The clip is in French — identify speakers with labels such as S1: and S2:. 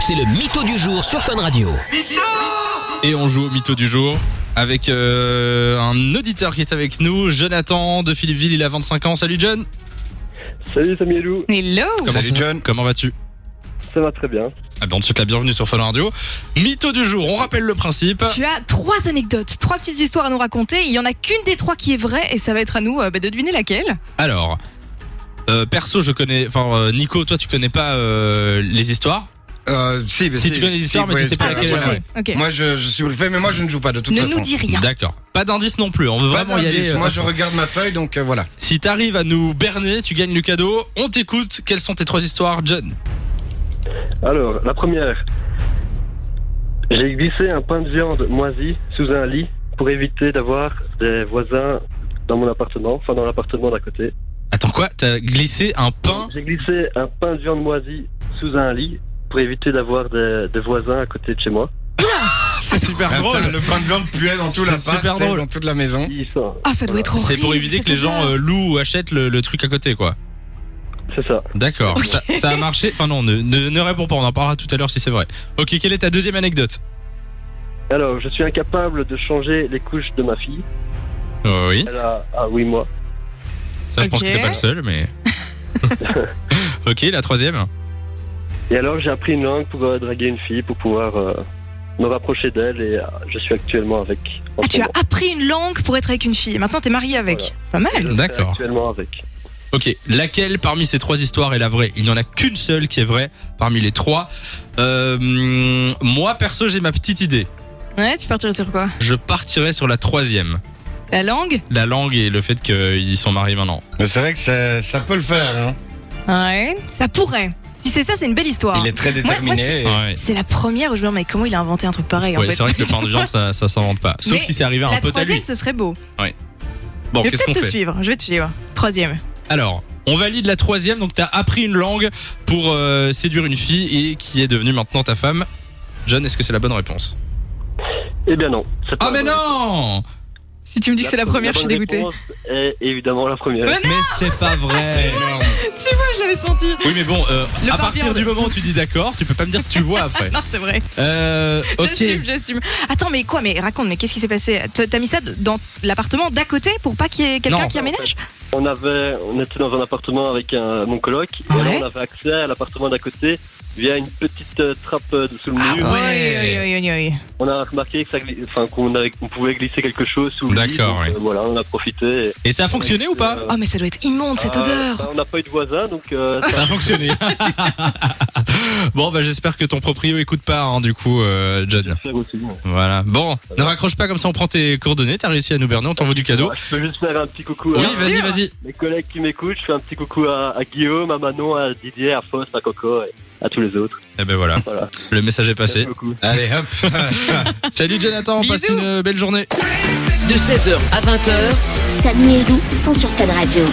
S1: c'est le mytho du jour sur Fun Radio.
S2: Et on joue au mytho du jour avec euh, un auditeur qui est avec nous, Jonathan de Philippeville, il a 25 ans. Salut John
S3: Salut Samy et Lou,
S4: Hello
S2: Comment
S5: Salut
S2: ça-
S5: John.
S2: Comment vas-tu
S3: ça va très bien.
S2: ah ben, On te souhaite la bienvenue sur Fun Radio. Mytho du jour, on rappelle le principe.
S4: Tu as trois anecdotes, trois petites histoires à nous raconter. Il y en a qu'une des trois qui est vraie et ça va être à nous euh, bah, de deviner laquelle.
S2: Alors, euh, perso, je connais... Enfin, euh, Nico, toi, tu connais pas euh, les histoires
S5: Euh, si, mais
S2: Si tu connais les histoires, mais tu
S5: ouais,
S2: sais pas
S5: ouais,
S2: Ah, laquelle
S5: ouais,
S2: est vraie.
S5: ouais.
S4: Ok.
S5: Moi, je, je suis briefé, mais moi, je ne joue pas de toute
S4: ne
S5: façon.
S4: nous dis rien.
S2: D'accord. Pas d'indice non plus, on veut
S5: Pas
S2: vraiment y
S5: d'indice,
S2: aller. euh,
S5: Moi, je regarde ma feuille, donc euh, voilà.
S2: Si t'arrives à nous berner, tu gagnes le cadeau. On t'écoute. Quelles sont tes trois histoires, John
S3: Alors, la première. J'ai glissé un pain de viande moisi sous un lit pour éviter d'avoir des voisins dans mon appartement, enfin dans l'appartement d'à côté.
S2: Attends quoi T'as glissé un pain
S3: J'ai glissé un pain de viande moisi sous un lit pour éviter d'avoir des, des voisins à côté de chez moi.
S2: C'est super
S5: Ah,
S2: drôle.
S5: putain, le pain de viande puait dans tout
S2: C'est
S5: l'appart,
S2: super
S5: tu sais,
S2: drôle.
S5: dans toute la maison.
S3: Ils sont-
S4: Ah, ça doit être horrible.
S2: C'est pour éviter
S4: ça
S2: que les
S4: doit-
S2: gens euh, louent ou achètent le, le truc à côté, quoi.
S3: C'est ça.
S2: D'accord.
S4: Ok.
S2: Ça, ça a marché. Enfin non, ne, ne, ne réponds pas. On en parlera tout à l'heure si c'est vrai. Ok, quelle est ta deuxième anecdote
S3: Alors, je suis incapable de changer les couches de ma fille.
S2: Oh, Oui.
S3: Elle a, ah oui, moi.
S2: Ça, je pense que
S4: Ok.
S2: t'es pas le seul, mais. ok, la troisième.
S3: Et alors, j'ai appris une langue pour euh, draguer une fille, pour pouvoir euh, me rapprocher d'elle. Et euh, je suis actuellement avec. en
S4: Ah,
S3: ce
S4: tu as
S3: moment.
S4: appris une langue pour être avec une fille. Maintenant, t'es marié avec. Pas mal.
S2: D'accord.
S3: Actuellement avec.
S2: Ok, laquelle parmi ces trois histoires est la vraie Il n'y en a qu'une seule qui est vraie parmi les trois. Euh, hum, moi, perso, j'ai ma petite idée.
S4: Ouais, tu partirais sur quoi
S2: Je partirais sur la troisième.
S4: La langue
S2: La langue et le fait qu'ils sont mariés maintenant.
S5: Mais c'est vrai que ça, ça peut le faire. Hein.
S4: Ouais. Ça pourrait. Si c'est ça, c'est une belle histoire.
S5: Il est très
S4: moi,
S5: déterminé.
S4: c'est-
S5: et-
S2: Ouais.
S4: C'est la première où je me dis, mais comment il a inventé un truc pareil en
S2: Ouais,
S4: fait
S2: c'est vrai que le pain de viande, ça, ça s'invente pas. Sauf
S4: Mais
S2: si c'est arrivé à un
S4: La
S2: pote à
S4: troisième,
S2: lui.
S4: ce serait beau.
S2: Bon,
S4: je vais
S2: qu'est-ce qu'on
S4: peut-être te
S2: fait
S4: suivre. Je vais te suivre. Troisième.
S2: Alors, on valide la troisième, donc t'as appris une langue pour euh, séduire une fille et qui est devenue maintenant ta femme. John, est-ce que c'est la bonne réponse
S3: Eh bien non. c'est pas
S2: Ah, mais
S3: vrai.
S2: non
S4: Si tu me dis que c'est la première, je suis
S3: bonne
S4: dégoûtée.
S3: réponse est évidemment la première.
S4: Ouais.
S2: Mais c'est pas
S5: C'est
S2: vrai
S5: énorme.
S4: Tu vois, je l'avais senti.
S2: Oui, mais bon, euh,
S4: Ah, Le
S2: à
S4: pain
S2: partir
S4: viande.
S2: du moment où tu dis d'accord, tu peux pas me dire que tu vois après.
S4: Non, c'est vrai.
S2: Euh, ok.
S4: J'assume, j'assume. Attends, mais quoi Mais raconte, mais qu'est-ce qui s'est passé Toi, T'as mis ça dans l'appartement d'à côté pour pas qu'il y ait quelqu'un
S2: Non. bah,
S4: qui aménage
S3: On avait, on était dans un appartement avec un, mon coloc. Et
S4: Ouais.
S3: alors on avait accès à l'appartement d'à côté via une petite euh, trappe euh, sous le mur.
S2: ouais.
S4: Oui, oui, oui, oui, oui.
S3: On a remarqué que ça gli- enfin, qu'on avait- qu'on pouvait glisser quelque chose sous le lit.
S2: D'accord,
S3: donc,
S2: ouais.
S3: euh, voilà, on a profité. Et-
S2: Et ça a fonctionné ou pas
S3: Euh,
S4: Oh, mais ça doit être immonde cette
S3: euh,
S2: Ah,
S4: odeur.
S3: bah, on n'a pas eu de voisin, donc euh, ça-
S2: Ça a fonctionné. bon, bah j'espère que ton proprio écoute pas, hein, du coup, euh, John.
S3: faire aussi. ouais.
S2: Voilà. Bon, ne raccroche pas comme ça, on prend tes coordonnées. T'as réussi à nous berner, on t'envoie du cadeau.
S3: Ouais, Je peux juste faire un petit coucou
S2: Oui,
S3: à
S2: vas-y,
S4: sûr.
S2: vas-y.
S3: mes collègues qui m'écoutent. Je fais un petit coucou à, à Guillaume, à Manon, à Didier, à Foss, à Coco et à tous les autres.
S2: Eh ben voilà.
S3: Voilà.
S2: Le message est passé.
S3: Merci beaucoup.
S5: Allez, hop.
S2: Salut Jonathan,
S4: Bisous.
S2: passe une belle journée.
S1: De 16h à 20h,
S6: Samy et Lou sont sur Fun Radio.